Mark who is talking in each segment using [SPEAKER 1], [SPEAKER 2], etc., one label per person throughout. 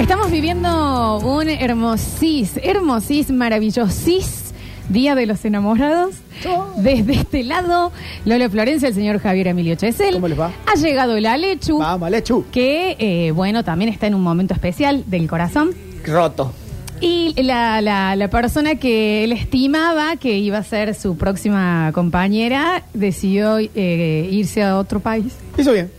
[SPEAKER 1] Estamos viviendo un hermosís, hermosís, maravillosís Día de los Enamorados. Desde este lado, Lolo Florencia, el señor Javier Emilio Chesel.
[SPEAKER 2] ¿Cómo les va?
[SPEAKER 1] Ha llegado el Alechu,
[SPEAKER 2] Vamos, Lechu.
[SPEAKER 1] que, eh, bueno, también está en un momento especial del corazón.
[SPEAKER 2] Roto.
[SPEAKER 1] Y la, la- la persona que él estimaba que iba a ser su próxima compañera decidió eh, irse a otro país.
[SPEAKER 2] Hizo bien.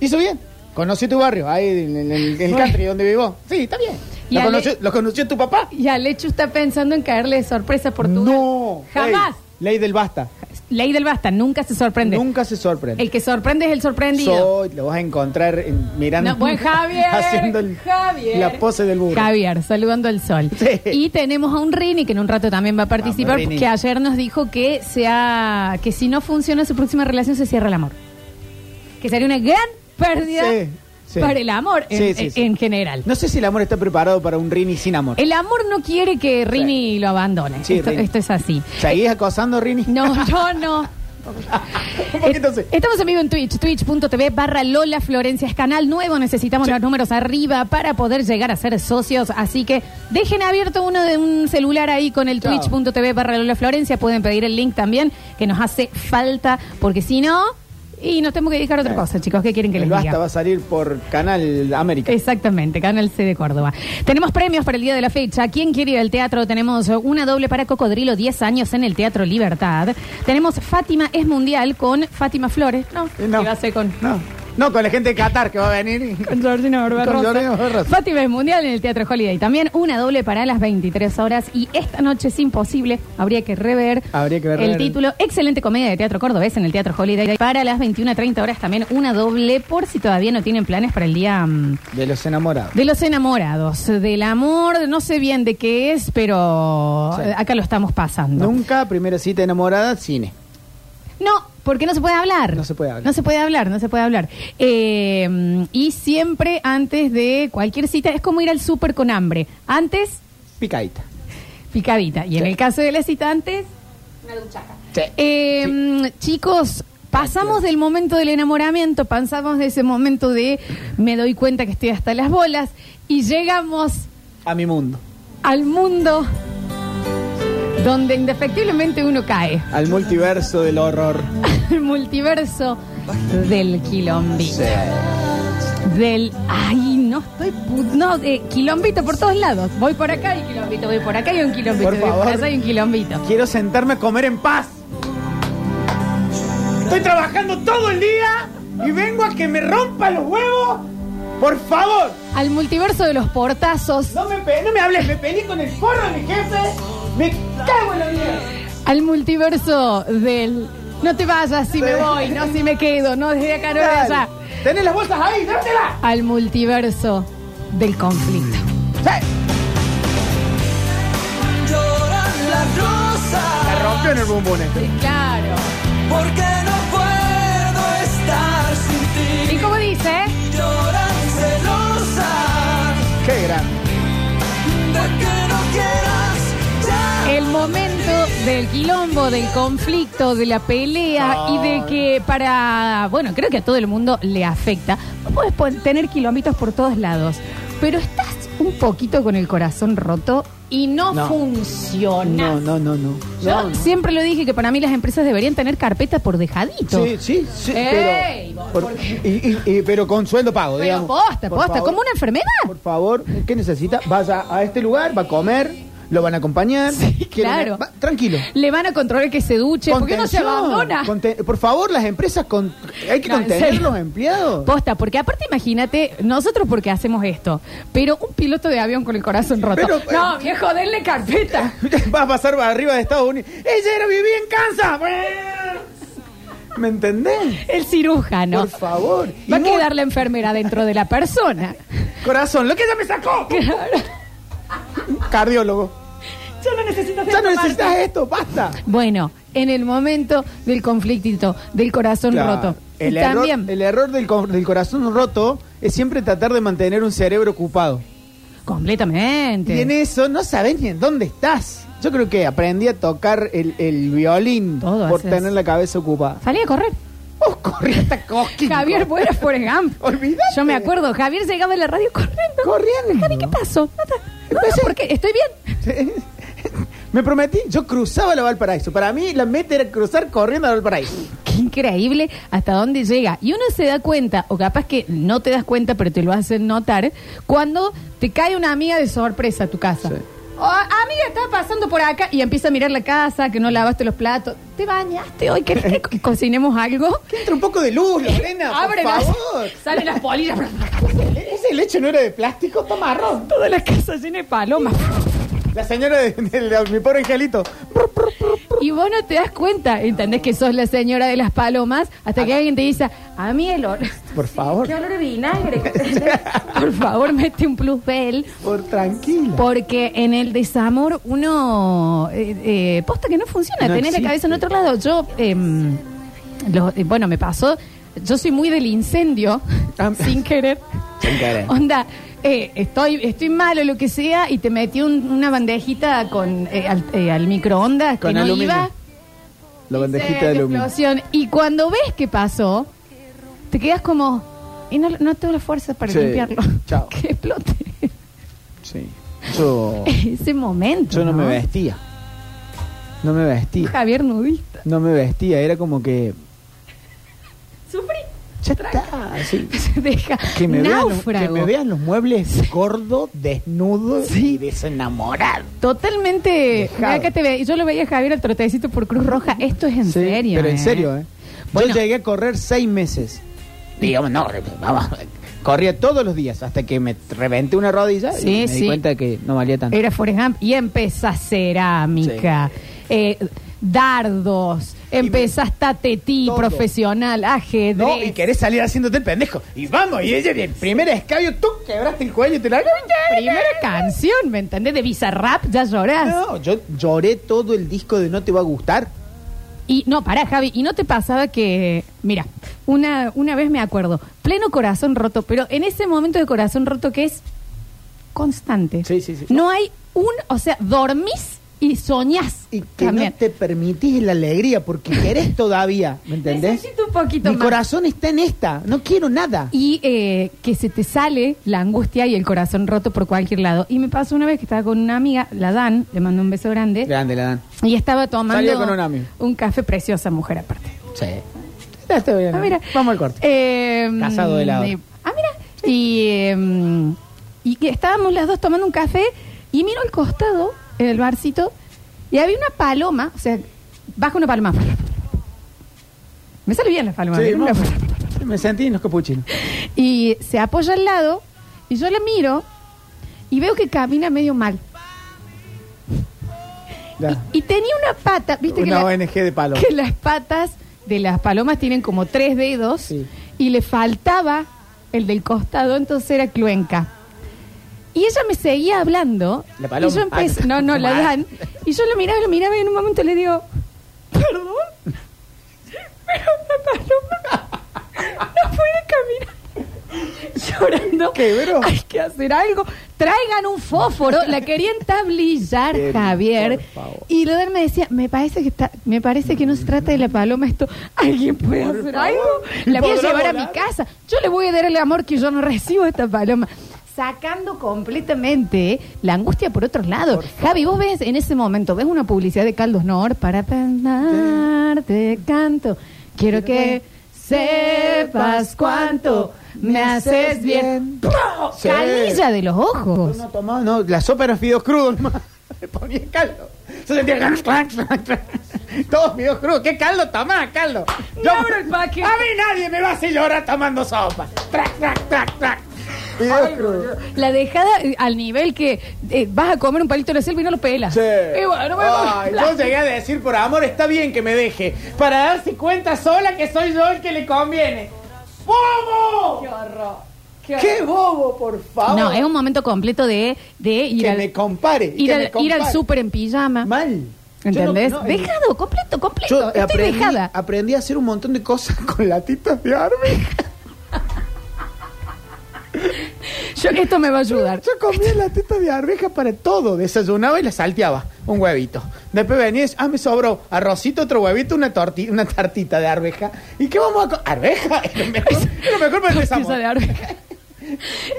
[SPEAKER 2] Hizo bien. Conocí tu barrio, ahí en, en- en el country donde vivo. Sí, está bien.
[SPEAKER 1] Y
[SPEAKER 2] Lo
[SPEAKER 1] Ale-
[SPEAKER 2] conoció, lo conoció tu papá.
[SPEAKER 1] Y Alechu está pensando en caerle de sorpresa por tu
[SPEAKER 2] No.
[SPEAKER 1] Jamás.
[SPEAKER 2] Ley, ley del basta.
[SPEAKER 1] Ley del basta, nunca se sorprende.
[SPEAKER 2] Nunca se sorprende.
[SPEAKER 1] El que sorprende es el sorprendido.
[SPEAKER 2] Soy, lo vas a encontrar en- mirando.
[SPEAKER 1] No, buen Javier.
[SPEAKER 2] haciendo el-
[SPEAKER 1] Javier.
[SPEAKER 2] la pose del burro.
[SPEAKER 1] Javier, saludando al sol.
[SPEAKER 2] Sí.
[SPEAKER 1] Y tenemos a un Rini que en un rato también va a participar,
[SPEAKER 2] Vamos, Rini.
[SPEAKER 1] que ayer nos dijo que sea que si no funciona su próxima relación se cierra el amor. Que sería una gran pérdida
[SPEAKER 2] Sí, sí.
[SPEAKER 1] para el amor en,
[SPEAKER 2] Sí, sí, sí.
[SPEAKER 1] en general.
[SPEAKER 2] No sé si el amor está preparado para un Rini sin amor.
[SPEAKER 1] El amor no quiere que Rini lo abandone.
[SPEAKER 2] Sí,
[SPEAKER 1] esto,
[SPEAKER 2] Rini.
[SPEAKER 1] esto es así.
[SPEAKER 2] ¿Seguís acosando, Rini?
[SPEAKER 1] No, yo no.
[SPEAKER 2] un poquito sí.
[SPEAKER 1] Eh, Estamos en vivo en Twitch, twitch.tv barra Lola Florencia. Es canal nuevo, necesitamos
[SPEAKER 2] Sí.
[SPEAKER 1] los números arriba para poder llegar a ser socios. Así que dejen abierto uno de un celular ahí con el
[SPEAKER 2] Chao.
[SPEAKER 1] twitch.tv barra Lola Florencia. Pueden pedir el link también, que nos hace falta, porque si no, y nos tenemos que dedicar a otra
[SPEAKER 2] Eh.
[SPEAKER 1] cosa, chicos. ¿Qué quieren que
[SPEAKER 2] El
[SPEAKER 1] les
[SPEAKER 2] basta
[SPEAKER 1] diga?
[SPEAKER 2] va a salir por Canal América.
[SPEAKER 1] Exactamente, Canal C de Córdoba. Tenemos premios para el día de la fecha. ¿Quién quiere ir al teatro? Tenemos eh, una doble para Cocodrilo, 10 años en el Teatro Libertad. Tenemos Fátima es mundial con Fátima Flores. No,
[SPEAKER 2] Eh, no.
[SPEAKER 1] ¿qué va a hacer con...
[SPEAKER 2] No. No, con la gente de Qatar que va a venir. y-
[SPEAKER 1] Con Georgina Barbarossa.
[SPEAKER 2] Con Georgina Barbarossa.
[SPEAKER 1] Fátima es mundial en el Teatro Holiday. También una doble para las 23 horas. Y esta noche es imposible. Habría que rever,
[SPEAKER 2] Habría que
[SPEAKER 1] el
[SPEAKER 2] rever.
[SPEAKER 1] título. Excelente comedia de teatro cordobés en el Teatro Holiday. Para las 21.30 horas también una doble por si todavía no tienen planes para el día mm,
[SPEAKER 2] De los enamorados.
[SPEAKER 1] de los enamorados. Del amor, no sé bien de qué es, pero
[SPEAKER 2] Sí.
[SPEAKER 1] eh, acá lo estamos pasando.
[SPEAKER 2] Nunca, primera cita enamorada, cine.
[SPEAKER 1] No, porque no se puede hablar.
[SPEAKER 2] No se puede hablar.
[SPEAKER 1] No se puede hablar, no se puede hablar. Eh, y siempre antes de cualquier cita es como ir al súper con hambre. Antes,
[SPEAKER 2] Picadita.
[SPEAKER 1] picadita. Y en
[SPEAKER 2] Sí.
[SPEAKER 1] el caso de la cita antes,
[SPEAKER 2] Sí.
[SPEAKER 1] eh, Chicos, pasamos del momento del enamoramiento, pasamos de ese momento de me doy cuenta que estoy hasta las bolas y llegamos
[SPEAKER 2] A mi mundo.
[SPEAKER 1] al mundo donde indefectiblemente uno cae.
[SPEAKER 2] Al multiverso del horror.
[SPEAKER 1] El multiverso del quilombito.
[SPEAKER 2] Sí.
[SPEAKER 1] Del. Ay, no estoy. pu- No, eh, quilombito por todos lados. Voy por acá y quilombito, voy por acá y un quilombito.
[SPEAKER 2] Por
[SPEAKER 1] voy
[SPEAKER 2] favor.
[SPEAKER 1] por allá y un quilombito.
[SPEAKER 2] Quiero sentarme a comer en paz. Estoy trabajando todo el día y vengo a que me rompa los huevos. Por favor,
[SPEAKER 1] Al multiverso de los portazos.
[SPEAKER 2] no me, pe- no me hables, me peleé con el forro de mi jefe. Me cago en la vida.
[SPEAKER 1] Al multiverso del. No te vayas si me voy, no si me quedo, no desde acá, no desde
[SPEAKER 2] Dale.
[SPEAKER 1] allá.
[SPEAKER 2] Tenés las bolsas ahí, dámela.
[SPEAKER 1] Al multiverso del conflicto.
[SPEAKER 2] Sí.
[SPEAKER 3] Lloran las
[SPEAKER 2] La
[SPEAKER 3] rosas
[SPEAKER 2] rompió en el bumbone.
[SPEAKER 1] Claro.
[SPEAKER 3] porque no puedo estar sin
[SPEAKER 1] Y
[SPEAKER 3] ti.
[SPEAKER 1] como dice,
[SPEAKER 3] Lloran celosas
[SPEAKER 2] Qué grande.
[SPEAKER 3] de que no quieras ya.
[SPEAKER 1] El momento del quilombo, del conflicto, de la pelea y de que para, bueno, creo que a todo el mundo le afecta. Vos podés pon- tener kilómetros por todos lados, pero estás un poquito con el corazón roto y no,
[SPEAKER 2] No.
[SPEAKER 1] funciona.
[SPEAKER 2] No, no, no, no.
[SPEAKER 1] Yo
[SPEAKER 2] No, no.
[SPEAKER 1] siempre lo dije que para mí las empresas deberían tener carpeta por dejadito.
[SPEAKER 2] Sí, sí, sí.
[SPEAKER 1] Ey,
[SPEAKER 2] pero,
[SPEAKER 1] vos,
[SPEAKER 2] por-
[SPEAKER 1] ¿por
[SPEAKER 2] y- y- y- pero con sueldo pago,
[SPEAKER 1] Pero
[SPEAKER 2] digamos.
[SPEAKER 1] posta,
[SPEAKER 2] Por
[SPEAKER 1] posta,
[SPEAKER 2] favor,
[SPEAKER 1] como una enfermedad.
[SPEAKER 2] Por favor, ¿qué necesita? Vaya a este lugar, va a comer, lo van a acompañar. quiere
[SPEAKER 1] claro.
[SPEAKER 2] una- va- tranquilo.
[SPEAKER 1] Le van a controlar que se duche, porque no se
[SPEAKER 2] Contención,
[SPEAKER 1] abandona.
[SPEAKER 2] conten- por favor, las empresas, con- hay que
[SPEAKER 1] No, en
[SPEAKER 2] contener
[SPEAKER 1] serio.
[SPEAKER 2] los empleados.
[SPEAKER 1] Posta, porque aparte imagínate, nosotros porque hacemos esto, pero un piloto de avión con el corazón roto.
[SPEAKER 2] Pero, eh,
[SPEAKER 1] no, viejo, denle carpeta.
[SPEAKER 2] Vas a pasar arriba de Estados Unidos. Ella era vivía en Kansas. ¿Me entendés?
[SPEAKER 1] El cirujano.
[SPEAKER 2] Por favor. Y
[SPEAKER 1] Va a
[SPEAKER 2] mu-
[SPEAKER 1] quedar la enfermera dentro de la persona.
[SPEAKER 2] Corazón, lo que ella me sacó. Cardiólogo.
[SPEAKER 1] Yo no necesito
[SPEAKER 2] Ya no necesitas esto, basta.
[SPEAKER 1] Bueno, en el momento del conflictito, del corazón
[SPEAKER 2] Claro.
[SPEAKER 1] roto.
[SPEAKER 2] El
[SPEAKER 1] Y
[SPEAKER 2] error,
[SPEAKER 1] también,
[SPEAKER 2] el error del, co- del corazón roto es siempre tratar de mantener un cerebro ocupado.
[SPEAKER 1] completamente.
[SPEAKER 2] Y en eso no sabes ni en dónde estás. Yo creo que aprendí a tocar el, el violín
[SPEAKER 1] Todo
[SPEAKER 2] por
[SPEAKER 1] haces.
[SPEAKER 2] tener la cabeza ocupada.
[SPEAKER 1] Salí a correr.
[SPEAKER 2] Oh, vos corrías hasta Cosquín.
[SPEAKER 1] Javier, vos eras Forrest Gump.
[SPEAKER 2] Olvídate.
[SPEAKER 1] Yo me acuerdo, Javier llegaba de la radio corriendo.
[SPEAKER 2] Corriendo.
[SPEAKER 1] Javi, ¿qué pasó? No, no,
[SPEAKER 2] Empecé.
[SPEAKER 1] porque estoy bien.
[SPEAKER 2] Me prometí, yo cruzaba la Valparaíso. Para mí, la meta era cruzar corriendo la Valparaíso.
[SPEAKER 1] Qué increíble hasta dónde llega. Y uno se da cuenta, o capaz que no te das cuenta, pero te lo hacen notar, cuando te cae una amiga de sorpresa a tu casa.
[SPEAKER 2] Sí.
[SPEAKER 1] Oh, amiga, estaba pasando por acá y empieza a mirar la casa, que no lavaste los platos. ¿Te bañaste hoy? ¿Querés que co- cocinemos algo?
[SPEAKER 2] Que entre un poco de luz, Lorena, por
[SPEAKER 1] Abre las-
[SPEAKER 2] favor.
[SPEAKER 1] salen las polillas.
[SPEAKER 2] Ese leche no era de plástico, está marrón.
[SPEAKER 1] Toda la casa llena de palomas.
[SPEAKER 2] La señora de, de- de mi pobre angelito.
[SPEAKER 1] Y vos no te das cuenta, ¿entendés que sos la señora de las palomas? Hasta que alguien te dice, a mí el olor...
[SPEAKER 2] Por favor,
[SPEAKER 1] Qué olor a vinagre. Por favor, mete un plus bell.
[SPEAKER 2] por tranquila.
[SPEAKER 1] Porque en el desamor uno. eh, eh, posta que no funciona,
[SPEAKER 2] No
[SPEAKER 1] tenés la
[SPEAKER 2] existe.
[SPEAKER 1] cabeza en otro lado. Yo. em, lo- eh, bueno, me pasó. Yo soy muy del incendio,
[SPEAKER 2] Ah,
[SPEAKER 1] sin querer.
[SPEAKER 2] Sin querer.
[SPEAKER 1] Onda, eh, estoy, estoy mal o lo que sea, y te metí un- una bandejita con, eh, al, eh, al microondas
[SPEAKER 2] Con
[SPEAKER 1] que no
[SPEAKER 2] aluminio.
[SPEAKER 1] iba.
[SPEAKER 2] La bandejita
[SPEAKER 1] Sí,
[SPEAKER 2] de
[SPEAKER 1] la
[SPEAKER 2] aluminio.
[SPEAKER 1] explosión. Y cuando ves que pasó, te quedas como. Y no, no tengo las fuerzas para
[SPEAKER 2] Sí,
[SPEAKER 1] limpiarlo.
[SPEAKER 2] chao.
[SPEAKER 1] Que explote.
[SPEAKER 2] Sí. Yo,
[SPEAKER 1] Ese momento.
[SPEAKER 2] yo no me vestía. No me vestía.
[SPEAKER 1] Javier nudista.
[SPEAKER 2] No me vestía. Era como que.
[SPEAKER 1] Sufrí.
[SPEAKER 2] Ya está. sí.
[SPEAKER 1] Se deja.
[SPEAKER 2] Que me, vean los, que
[SPEAKER 1] náufrago.
[SPEAKER 2] me vean los muebles gordo, desnudo y desenamorado.
[SPEAKER 1] Totalmente.
[SPEAKER 2] Dejado.
[SPEAKER 1] Mirá acá te ve- Yo lo veía a Javier al trotecito por Cruz Roja. Esto es en
[SPEAKER 2] Sí,
[SPEAKER 1] serio.
[SPEAKER 2] Pero en serio, ¿eh?
[SPEAKER 1] Bueno.
[SPEAKER 2] Yo llegué a correr seis meses. Digamos, no, vamos. Corría todos los días hasta que me reventé una rodilla
[SPEAKER 1] Sí,
[SPEAKER 2] y me
[SPEAKER 1] sí.
[SPEAKER 2] di cuenta que no valía tanto.
[SPEAKER 1] Era Forrest Gump y empezás cerámica, eh, dardos, empezás tatetí
[SPEAKER 2] Todo.
[SPEAKER 1] profesional, ajedrez.
[SPEAKER 2] no, y querés salir haciéndote el pendejo. Y vamos, y ella, y el primer escabio, tú quebraste el cuello y te la.
[SPEAKER 1] Primera canción, ¿me entendés? De Bizarrap, ya llorás.
[SPEAKER 2] No, yo lloré todo el disco de No Te Va a Gustar.
[SPEAKER 1] Y no, pará, Javi, ¿y no te pasaba que, mira, una, una vez me acuerdo, pleno corazón roto, pero en ese momento de corazón roto que es constante.
[SPEAKER 2] Sí, sí, sí.
[SPEAKER 1] No hay un, o sea, dormís y soñás.
[SPEAKER 2] Y que
[SPEAKER 1] también.
[SPEAKER 2] no te permitís la alegría porque querés todavía. ¿Me entendés?
[SPEAKER 1] Necesito un poquito
[SPEAKER 2] Mi
[SPEAKER 1] más.
[SPEAKER 2] corazón está en esta. No quiero nada.
[SPEAKER 1] Y eh, que se te sale la angustia y el corazón roto por cualquier lado. Y me pasó una vez que estaba con una amiga, la Dan, le mando un beso grande,
[SPEAKER 2] Eh. Grande, la dan.
[SPEAKER 1] y estaba tomando
[SPEAKER 2] Salía con una amiga.
[SPEAKER 1] un café preciosa, mujer aparte.
[SPEAKER 2] Sí. Ya está bien.
[SPEAKER 1] Ah, mira.
[SPEAKER 2] Vamos al corte.
[SPEAKER 1] Eh,
[SPEAKER 2] Casado de lado.
[SPEAKER 1] eh, ah, mira. Y, eh, y que estábamos las dos tomando un café y miro al costado, en el barcito, y había una paloma, o sea, baja una paloma. Me sale bien la paloma.
[SPEAKER 2] Sí,
[SPEAKER 1] ¿vieron?
[SPEAKER 2] vamos. Me sentí en los capuchinos.
[SPEAKER 1] Y se apoya al lado y yo la miro y veo que camina medio mal.
[SPEAKER 2] Ya.
[SPEAKER 1] Y tenía una pata, viste que
[SPEAKER 2] Una
[SPEAKER 1] la-
[SPEAKER 2] ONG de palo.
[SPEAKER 1] que las patas de las palomas tienen como tres dedos
[SPEAKER 2] Sí.
[SPEAKER 1] y le faltaba el del costado, entonces era cluenca. Y ella me seguía hablando.
[SPEAKER 2] La paloma.
[SPEAKER 1] Y yo empecé,
[SPEAKER 2] Ah,
[SPEAKER 1] no, no, la
[SPEAKER 2] ah.
[SPEAKER 1] dan. Y yo la miraba, la miraba y en un momento le digo, perdón, pero la paloma no puede caminar. Llorando.
[SPEAKER 2] Quebró.
[SPEAKER 1] Hay que hacer algo. Traigan un fósforo. La querían tablillar,
[SPEAKER 2] Bien,
[SPEAKER 1] Javier.
[SPEAKER 2] por favor.
[SPEAKER 1] Y Loder me decía, me parece que está, me parece que no se trata de la paloma esto. ¿Alguien puede
[SPEAKER 2] Por
[SPEAKER 1] hacer
[SPEAKER 2] favor.
[SPEAKER 1] algo? La voy a
[SPEAKER 2] ¿Podrá
[SPEAKER 1] llevar a mi
[SPEAKER 2] volar?
[SPEAKER 1] casa. Yo le voy a dar el amor que yo no recibo a esta paloma. Sacando completamente la angustia por otros lados. Javi, vos ves en ese momento, ves una publicidad de Caldos Nor para te canto. Quiero que sepas cuánto me haces bien. ¡Pah!
[SPEAKER 2] Sí.
[SPEAKER 1] Canilla de los ojos.
[SPEAKER 2] No tomaba, no, la sopa era fideos crudos, nomás. Le ponía caldo. Yo sentía clan, clan, clan, clan. Todos fideos crudos. ¿Qué caldo tomás, caldo?
[SPEAKER 1] No abro el paquete.
[SPEAKER 2] A mí nadie me va a hacer llorar tomando sopa. Trac, trac, trac, trac. Fideos crudos.
[SPEAKER 1] La dejada eh, al nivel que eh, vas a comer un palito de selva y no lo pelas.
[SPEAKER 2] Sí.
[SPEAKER 1] Y bueno, me voy.
[SPEAKER 2] Ay, yo llegué a decir, por amor, está bien que me deje. Para darse cuenta sola que soy yo el que le conviene. ¡Bobo!
[SPEAKER 1] Qué horror.
[SPEAKER 2] ¡Qué bobo, por favor!
[SPEAKER 1] No, es un momento completo de, de ir,
[SPEAKER 2] que
[SPEAKER 1] al,
[SPEAKER 2] me compare.
[SPEAKER 1] ir,
[SPEAKER 2] que
[SPEAKER 1] al,
[SPEAKER 2] me compare.
[SPEAKER 1] ir al súper en pijama.
[SPEAKER 2] Mal.
[SPEAKER 1] ¿Entendés?
[SPEAKER 2] Yo no- no, eh,
[SPEAKER 1] Dejado, completo, completo.
[SPEAKER 2] Yo
[SPEAKER 1] Estoy
[SPEAKER 2] aprendí,
[SPEAKER 1] dejada.
[SPEAKER 2] aprendí a hacer un montón de cosas con latitas de arme.
[SPEAKER 1] Yo- esto me va a ayudar.
[SPEAKER 2] Yo comía latitas de arveja para todo. Desayunaba y la salteaba. Un huevito. Después venís, ah, me sobró arrocito, otro huevito, una, torti- una tartita de arveja. ¿Y qué vamos a co- ¿Arveja? Es lo mejor, es lo mejor para el desamor.
[SPEAKER 1] Pieza de arveja.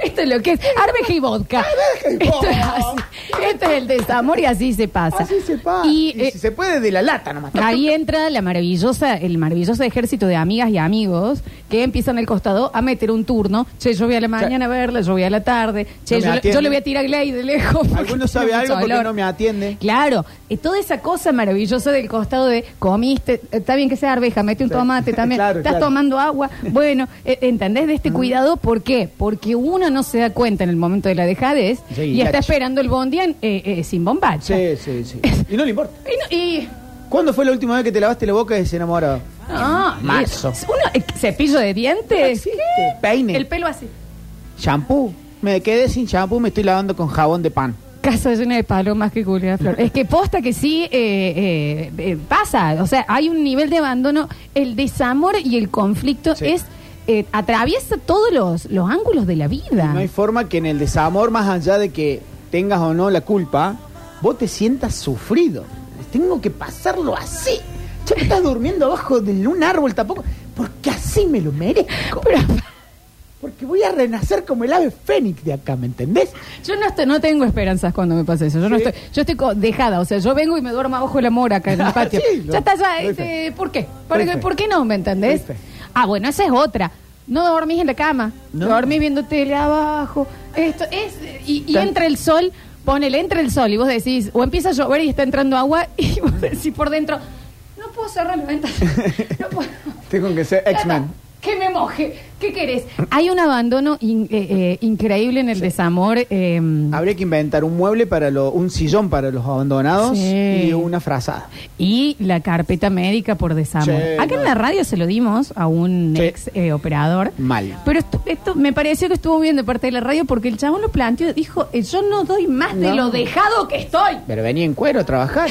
[SPEAKER 1] Esto es lo que es arveja y vodka.
[SPEAKER 2] Arveja y
[SPEAKER 1] Esto es,
[SPEAKER 2] vodka.
[SPEAKER 1] así. Esto es el desamor y así se pasa.
[SPEAKER 2] Así se pasa.
[SPEAKER 1] Y,
[SPEAKER 2] Y,
[SPEAKER 1] eh,
[SPEAKER 2] si se puede, de la lata nomás.
[SPEAKER 1] Ahí entra la maravillosa, el maravilloso ejército de amigas y amigos que empiezan al costado a meter un turno. Che, yo voy a la mañana a verla, yo voy a la tarde. Che,
[SPEAKER 2] No me
[SPEAKER 1] yo- yo,
[SPEAKER 2] atiende.
[SPEAKER 1] le voy a tirar Glade de lejos. porque
[SPEAKER 2] Alguno sabe
[SPEAKER 1] tiene
[SPEAKER 2] algo
[SPEAKER 1] mucho
[SPEAKER 2] porque
[SPEAKER 1] olor.
[SPEAKER 2] no me atiende.
[SPEAKER 1] Claro, y toda esa cosa maravillosa del costado de comiste, eh, está bien que sea arveja, mete un
[SPEAKER 2] Sí.
[SPEAKER 1] tomate también,
[SPEAKER 2] Claro,
[SPEAKER 1] estás
[SPEAKER 2] claro. Mm.
[SPEAKER 1] tomando agua. Bueno, eh, ¿entendés de este cuidado? ¿Por qué? Porque uno no se da cuenta en el momento de la dejadez
[SPEAKER 2] Sí,
[SPEAKER 1] y está
[SPEAKER 2] gacho.
[SPEAKER 1] esperando el bondi en- eh, eh, sin bombacha.
[SPEAKER 2] Sí, sí, sí. Y no le importa.
[SPEAKER 1] Y no- y
[SPEAKER 2] ¿Cuándo fue la última vez que te lavaste la boca y desenamorado?
[SPEAKER 1] Ah,
[SPEAKER 2] Marzo.
[SPEAKER 1] y- Uno, eh, cepillo de dientes.
[SPEAKER 2] existe.
[SPEAKER 1] ¿Qué?
[SPEAKER 2] Peine.
[SPEAKER 1] El pelo así.
[SPEAKER 2] Shampoo. Me quedé sin shampoo, me estoy lavando con jabón de pan.
[SPEAKER 1] Casa llena de palomas que culia flor. Es que posta que sí eh, eh, eh, pasa. O sea, hay un nivel de abandono. El desamor y el conflicto
[SPEAKER 2] Sí.
[SPEAKER 1] es eh, atraviesa todos los, los ángulos de la vida.
[SPEAKER 2] No hay forma que en el desamor, más allá de que tengas o no la culpa, vos te sientas sufrido. Tengo que pasarlo así. Yo estás durmiendo abajo de un árbol tampoco, porque así me lo merezco.
[SPEAKER 1] Pero
[SPEAKER 2] Porque voy a renacer como el ave fénix de acá, ¿me entendés?
[SPEAKER 1] yo no, estoy- no tengo esperanzas cuando me pasa eso. Yo no
[SPEAKER 2] Sí.
[SPEAKER 1] estoy, yo estoy co- dejada. O sea, yo vengo y me duermo abajo de la mora acá en el
[SPEAKER 2] Ah,
[SPEAKER 1] patio.
[SPEAKER 2] sí, lo-
[SPEAKER 1] ya está, ya.
[SPEAKER 2] doy
[SPEAKER 1] este,
[SPEAKER 2] fe.
[SPEAKER 1] ¿Por qué? ¿Por,
[SPEAKER 2] Doy
[SPEAKER 1] qué-
[SPEAKER 2] fe.
[SPEAKER 1] por qué no? ¿Me entendés?
[SPEAKER 2] Doy fe.
[SPEAKER 1] Ah, bueno, esa es otra. No dormís en la cama.
[SPEAKER 2] No.
[SPEAKER 1] Dormís viendo tele abajo. Esto es. Y, y
[SPEAKER 2] Tan-
[SPEAKER 1] entra el sol, ponele, entra el sol y vos decís, o empieza a llover y está entrando agua y vos decís por dentro, no puedo cerrar la ventana. No puedo.
[SPEAKER 2] Tengo que ser X-Men.
[SPEAKER 1] Que me moje. ¿Qué querés? Hay un abandono in- eh, eh, increíble en el desamor. eh,
[SPEAKER 2] Habría que inventar un mueble para lo- un sillón para los abandonados
[SPEAKER 1] Sí.
[SPEAKER 2] y una frazada.
[SPEAKER 1] y la carpeta médica por desamor.
[SPEAKER 2] Sí,
[SPEAKER 1] Acá en
[SPEAKER 2] no.
[SPEAKER 1] la radio se lo dimos a un
[SPEAKER 2] Sí.
[SPEAKER 1] ex eh, operador.
[SPEAKER 2] Mal.
[SPEAKER 1] Pero esto, esto me pareció que estuvo bien de parte de la radio porque el chabón lo planteó, dijo, eh, yo no doy más de
[SPEAKER 2] No.
[SPEAKER 1] lo dejado que estoy.
[SPEAKER 2] Pero venía en cuero a trabajar.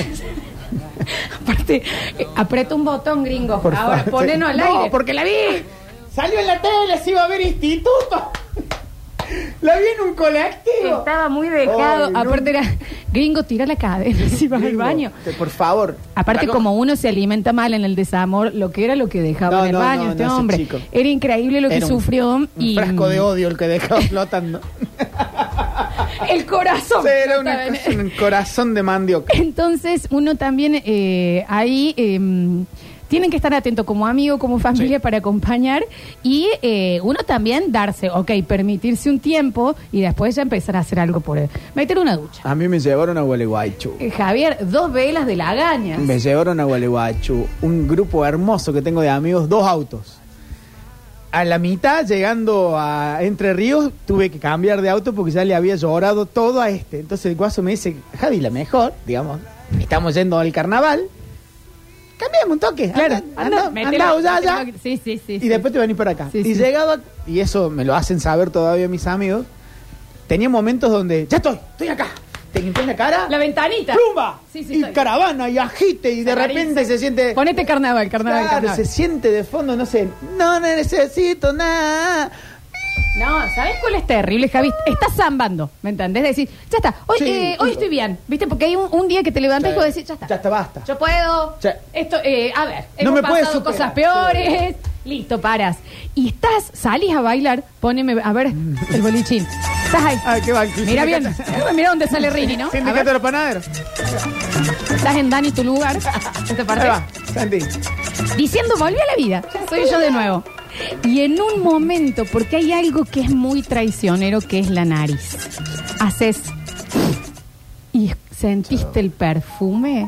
[SPEAKER 1] Aparte, eh, aprieta un botón, gringo.
[SPEAKER 2] Por
[SPEAKER 1] Ahora,
[SPEAKER 2] favor.
[SPEAKER 1] ponenos al
[SPEAKER 2] No,
[SPEAKER 1] aire.
[SPEAKER 2] porque la vi. Salió en la tele, se iba a ver instituto. La vi en un colectivo.
[SPEAKER 1] Estaba muy dejado.
[SPEAKER 2] Ay, no.
[SPEAKER 1] Aparte era, gringo, tira la cadena si vas al
[SPEAKER 2] Gringo,
[SPEAKER 1] baño.
[SPEAKER 2] que Por favor.
[SPEAKER 1] Aparte,
[SPEAKER 2] Paco,
[SPEAKER 1] como uno se alimenta mal en el desamor, lo que era lo que dejaba
[SPEAKER 2] No,
[SPEAKER 1] en el
[SPEAKER 2] no,
[SPEAKER 1] baño
[SPEAKER 2] no,
[SPEAKER 1] este
[SPEAKER 2] no, ese
[SPEAKER 1] hombre.
[SPEAKER 2] chico.
[SPEAKER 1] Era increíble lo que
[SPEAKER 2] era un-
[SPEAKER 1] sufrió. y
[SPEAKER 2] Un frasco de odio el que dejaba flotando.
[SPEAKER 1] El corazón.
[SPEAKER 2] Era una
[SPEAKER 1] Estaba en-
[SPEAKER 2] cosa- un corazón de mandioca.
[SPEAKER 1] Entonces, uno también eh, ahí eh, tienen que estar atento como amigo, como familia para acompañar y eh, uno también darse, ok, permitirse un tiempo y después ya empezar a hacer algo por él. Meter una ducha.
[SPEAKER 2] A mí me llevaron a Gualeguaychú.
[SPEAKER 1] Eh, Javier, dos velas de lagañas.
[SPEAKER 2] Me llevaron a Gualeguaychú, un grupo hermoso que tengo de amigos, dos autos. A la mitad, llegando a Entre Ríos, tuve que cambiar de auto porque ya le había llorado todo a este. Entonces el guaso me dice, Javi, la mejor, digamos, estamos yendo al carnaval. Cambiamos un toque.
[SPEAKER 1] Claro,
[SPEAKER 2] anda, anda,
[SPEAKER 1] mételo,
[SPEAKER 2] anda, ya, ya.
[SPEAKER 1] mételo. Sí, sí, sí.
[SPEAKER 2] Y
[SPEAKER 1] sí.
[SPEAKER 2] después te venís para acá.
[SPEAKER 1] Sí,
[SPEAKER 2] y
[SPEAKER 1] sí.
[SPEAKER 2] llegado, a- y eso me lo hacen saber todavía mis amigos, tenía momentos donde, ya estoy, estoy acá. Te limpias la cara.
[SPEAKER 1] La ventanita.
[SPEAKER 2] ¡Plumba!
[SPEAKER 1] Sí, sí,
[SPEAKER 2] y
[SPEAKER 1] estoy.
[SPEAKER 2] caravana y ajite y de
[SPEAKER 1] Clarín,
[SPEAKER 2] repente
[SPEAKER 1] sí.
[SPEAKER 2] se siente...
[SPEAKER 1] Ponete carnaval, carnaval,
[SPEAKER 2] Claro,
[SPEAKER 1] carnaval.
[SPEAKER 2] se siente de fondo, no sé, no necesito nada.
[SPEAKER 1] No, ¿sabes cuál es terrible, Javi? Estás zambando, ¿me entendés? Decir, ya está, hoy,
[SPEAKER 2] Sí,
[SPEAKER 1] eh, hoy
[SPEAKER 2] sí.
[SPEAKER 1] estoy bien, ¿viste? Porque hay un, un día que te levantas y vos decís, ya está.
[SPEAKER 2] Ya está, basta.
[SPEAKER 1] Yo puedo.
[SPEAKER 2] Sí.
[SPEAKER 1] Esto, eh, a ver,
[SPEAKER 2] No
[SPEAKER 1] hemos
[SPEAKER 2] me puedes
[SPEAKER 1] pasado cosas
[SPEAKER 2] superar.
[SPEAKER 1] peores. Listo, paras. Y estás, salís a bailar, poneme, a ver, el bolichín. Estás ahí.
[SPEAKER 2] Ay, qué banquillo.
[SPEAKER 1] Mira bien, Eh, mira dónde sale Rini, ¿no? A
[SPEAKER 2] Sindicato de
[SPEAKER 1] ver,
[SPEAKER 2] los panaderos.
[SPEAKER 1] estás en Dani, tu lugar. Esta parte.
[SPEAKER 2] Ahí va, Santi.
[SPEAKER 1] diciendo volví a la vida, soy yo de nuevo. Y en un momento, porque hay algo que es muy traicionero, que es la nariz. Haces y sentiste el perfume.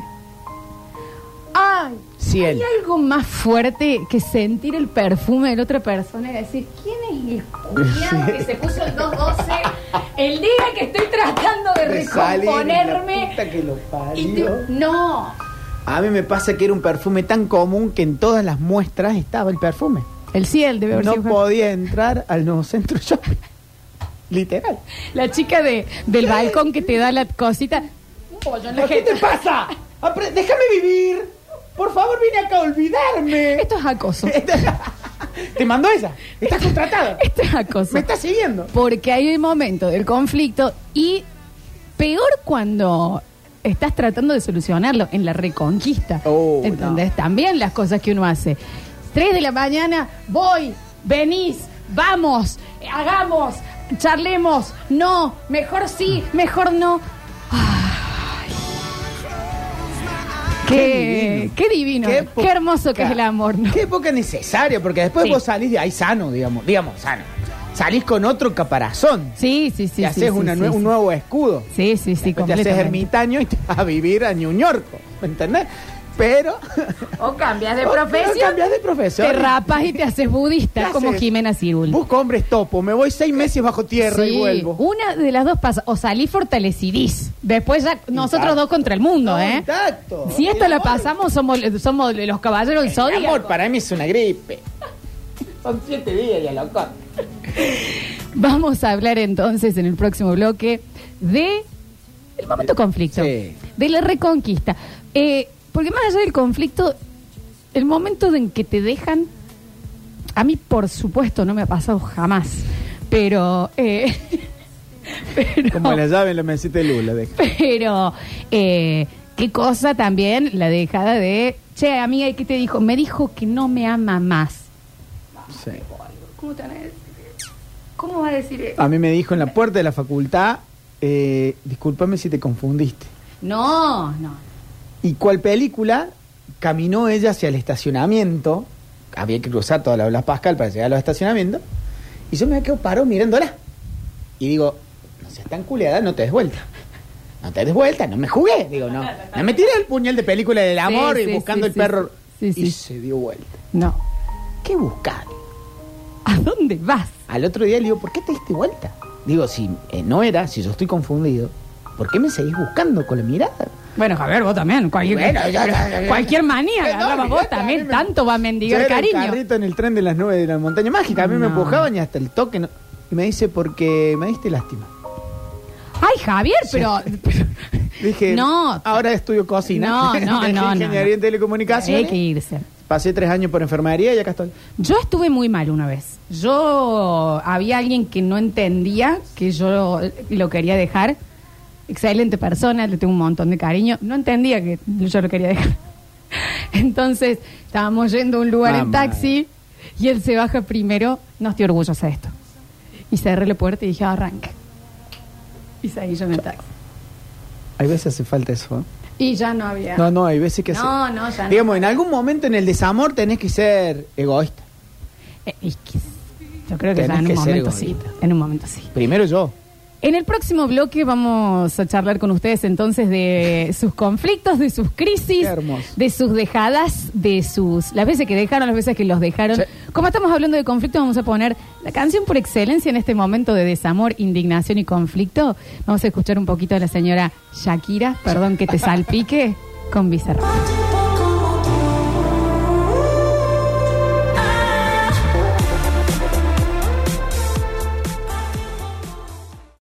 [SPEAKER 1] Ay,
[SPEAKER 2] Ciel.
[SPEAKER 1] hay algo más fuerte que sentir el perfume de la otra persona y decir, ¿quién es el cuñado que se puso el 212 el día que estoy tratando de
[SPEAKER 2] Me salí, la
[SPEAKER 1] recomponerme?
[SPEAKER 2] puta que lo parió.
[SPEAKER 1] Y te- no,
[SPEAKER 2] A mí me pasa que era un perfume tan común que en todas las muestras estaba el perfume.
[SPEAKER 1] el cielo debe haber
[SPEAKER 2] No
[SPEAKER 1] sido-
[SPEAKER 2] podía entrar al nuevo centro shopping. Literal.
[SPEAKER 1] La chica de, del balcón que te da la cosita. Un pollo en la
[SPEAKER 2] ¿Qué
[SPEAKER 1] gente.
[SPEAKER 2] te pasa? Apre- Déjame vivir. Por favor, vine acá a olvidarme.
[SPEAKER 1] Esto es acoso.
[SPEAKER 2] Te mandó ella. Estás contratada.
[SPEAKER 1] Esto es acoso.
[SPEAKER 2] Me estás siguiendo.
[SPEAKER 1] Porque hay un momento del conflicto y peor cuando estás tratando de solucionarlo en la reconquista.
[SPEAKER 2] Oh,
[SPEAKER 1] ¿Entendés?
[SPEAKER 2] no.
[SPEAKER 1] También las cosas que uno hace. Tres de la mañana, voy, venís, vamos, hagamos, charlemos, no, mejor sí, mejor no. Ay. Qué, qué divino, qué,
[SPEAKER 2] po-
[SPEAKER 1] hermoso que es el amor. ¿no?
[SPEAKER 2] Qué época necesaria, porque después
[SPEAKER 1] Sí.
[SPEAKER 2] vos salís de ahí sano, digamos, digamos, sano. Salís con otro caparazón.
[SPEAKER 1] Sí, sí, sí.
[SPEAKER 2] y
[SPEAKER 1] sí,
[SPEAKER 2] haces
[SPEAKER 1] sí,
[SPEAKER 2] una
[SPEAKER 1] sí,
[SPEAKER 2] nue-
[SPEAKER 1] sí.
[SPEAKER 2] un nuevo escudo.
[SPEAKER 1] Sí, sí, sí,
[SPEAKER 2] Pues te haces
[SPEAKER 1] completamente.
[SPEAKER 2] ermitaño y te vas a vivir a New York, ¿me entendés? Pero.
[SPEAKER 1] O cambias de
[SPEAKER 2] O-
[SPEAKER 1] profesión.
[SPEAKER 2] pero cambias de profesión.
[SPEAKER 1] Te rapas y te haces budista,
[SPEAKER 2] ¿Qué
[SPEAKER 1] como
[SPEAKER 2] haces?
[SPEAKER 1] Jimena Cirul.
[SPEAKER 2] Busco hombres topo, me voy seis meses bajo tierra
[SPEAKER 1] Sí,
[SPEAKER 2] y vuelvo.
[SPEAKER 1] Una de las dos pasa. O salís fortalecidís. Después ya nosotros
[SPEAKER 2] Exacto.
[SPEAKER 1] dos contra el mundo, ¿eh?
[SPEAKER 2] Intacto.
[SPEAKER 1] Si esto
[SPEAKER 2] El
[SPEAKER 1] la
[SPEAKER 2] amor-
[SPEAKER 1] pasamos, somos, somos los caballeros del
[SPEAKER 2] El amor
[SPEAKER 1] zodíaco.
[SPEAKER 2] para mí es una gripe. Son siete días ya loco.
[SPEAKER 1] Vamos a hablar entonces en el próximo bloque de el momento conflicto,
[SPEAKER 2] Sí.
[SPEAKER 1] de la reconquista. Eh, porque más allá del conflicto, el momento en que te dejan, a mí por supuesto no me ha pasado jamás, pero... eh, pero-
[SPEAKER 2] Como la llave en la mesita de Lula. de-
[SPEAKER 1] pero eh, qué cosa también la dejada de, che, amiga, ¿y qué te dijo? Me dijo que no me ama más.
[SPEAKER 2] Sí.
[SPEAKER 1] ¿Cómo te van a decir? ¿Cómo va a decir eso?
[SPEAKER 2] A mí me dijo en la puerta de la facultad, eh, discúlpame si te confundiste.
[SPEAKER 1] No, no.
[SPEAKER 2] Y cual película, caminó ella hacia el estacionamiento. Había que cruzar toda la Blas Pascal para llegar a los estacionamientos. Y yo me quedo parado mirándola. Y digo, no seas tan culeada, no te des vuelta. No te des vuelta, no me jugué. Digo, no. No me tiré el puñal de película del amor
[SPEAKER 1] Sí,
[SPEAKER 2] y
[SPEAKER 1] sí,
[SPEAKER 2] buscando
[SPEAKER 1] sí,
[SPEAKER 2] el
[SPEAKER 1] sí,
[SPEAKER 2] perro.
[SPEAKER 1] sí, sí.
[SPEAKER 2] Y se dio vuelta.
[SPEAKER 1] No.
[SPEAKER 2] ¿Qué buscar?
[SPEAKER 1] ¿A dónde vas?
[SPEAKER 2] Al otro día le digo, ¿por qué te diste vuelta? Digo, si eh, no era, si yo estoy confundido, ¿por qué me seguís buscando con la mirada?
[SPEAKER 1] Bueno, Javier, vos también. Cualquier,
[SPEAKER 2] Bueno, ya, ya, ya, ya.
[SPEAKER 1] cualquier manía
[SPEAKER 2] Eh, no,
[SPEAKER 1] agarrabas vos
[SPEAKER 2] olvidate,
[SPEAKER 1] también.
[SPEAKER 2] a mí me-
[SPEAKER 1] Tanto va a
[SPEAKER 2] Yo
[SPEAKER 1] mendigar
[SPEAKER 2] era el
[SPEAKER 1] cariño.
[SPEAKER 2] carrito en el tren de las nueve de la montaña mágica. A mí me
[SPEAKER 1] No.
[SPEAKER 2] empujaban y hasta el toque. no- Y me dice, porque me diste lástima.
[SPEAKER 1] Ay, Javier, pero. pero-
[SPEAKER 2] Dije, "Ah,
[SPEAKER 1] No.
[SPEAKER 2] ahora estudio cocina.
[SPEAKER 1] No, no,
[SPEAKER 2] Dejé
[SPEAKER 1] no, no,
[SPEAKER 2] Ingeniería
[SPEAKER 1] no.
[SPEAKER 2] en telecomunicaciones.
[SPEAKER 1] Hay que irse.
[SPEAKER 2] Pasé tres años por enfermería y acá estoy.
[SPEAKER 1] Yo estuve muy mal una vez. Yo había alguien que no entendía que yo lo quería dejar. Excelente persona, le tengo un montón de cariño. No entendía que yo lo quería dejar. Entonces, estábamos yendo a un lugar en
[SPEAKER 2] Mamá.
[SPEAKER 1] taxi y él se baja primero. No estoy orgullosa de esto. Y cerré la puerta y dije, arranca. Y seguí yo en el taxi.
[SPEAKER 2] Hay veces hace falta eso. ¿eh?
[SPEAKER 1] Y ya no había.
[SPEAKER 2] No, no, hay veces que
[SPEAKER 1] No,
[SPEAKER 2] hace-
[SPEAKER 1] no, ya no.
[SPEAKER 2] Digamos, en algún momento en el desamor tenés que ser egoísta.
[SPEAKER 1] Eh, y que- yo creo que
[SPEAKER 2] Tenés
[SPEAKER 1] ya en un
[SPEAKER 2] que ser
[SPEAKER 1] momento sí.
[SPEAKER 2] egoísta.
[SPEAKER 1] En un momento sí.
[SPEAKER 2] Primero yo.
[SPEAKER 1] En el próximo bloque vamos a charlar con ustedes entonces de sus conflictos, de sus crisis,
[SPEAKER 2] Qué hermoso.
[SPEAKER 1] de sus dejadas, de sus las veces que dejaron, las veces que los dejaron.
[SPEAKER 2] Sí.
[SPEAKER 1] Como estamos hablando de conflictos, vamos a poner la canción por excelencia en este momento de desamor, indignación y conflicto. Vamos a escuchar un poquito de la señora Shakira, perdón que te salpique, con Bizarro.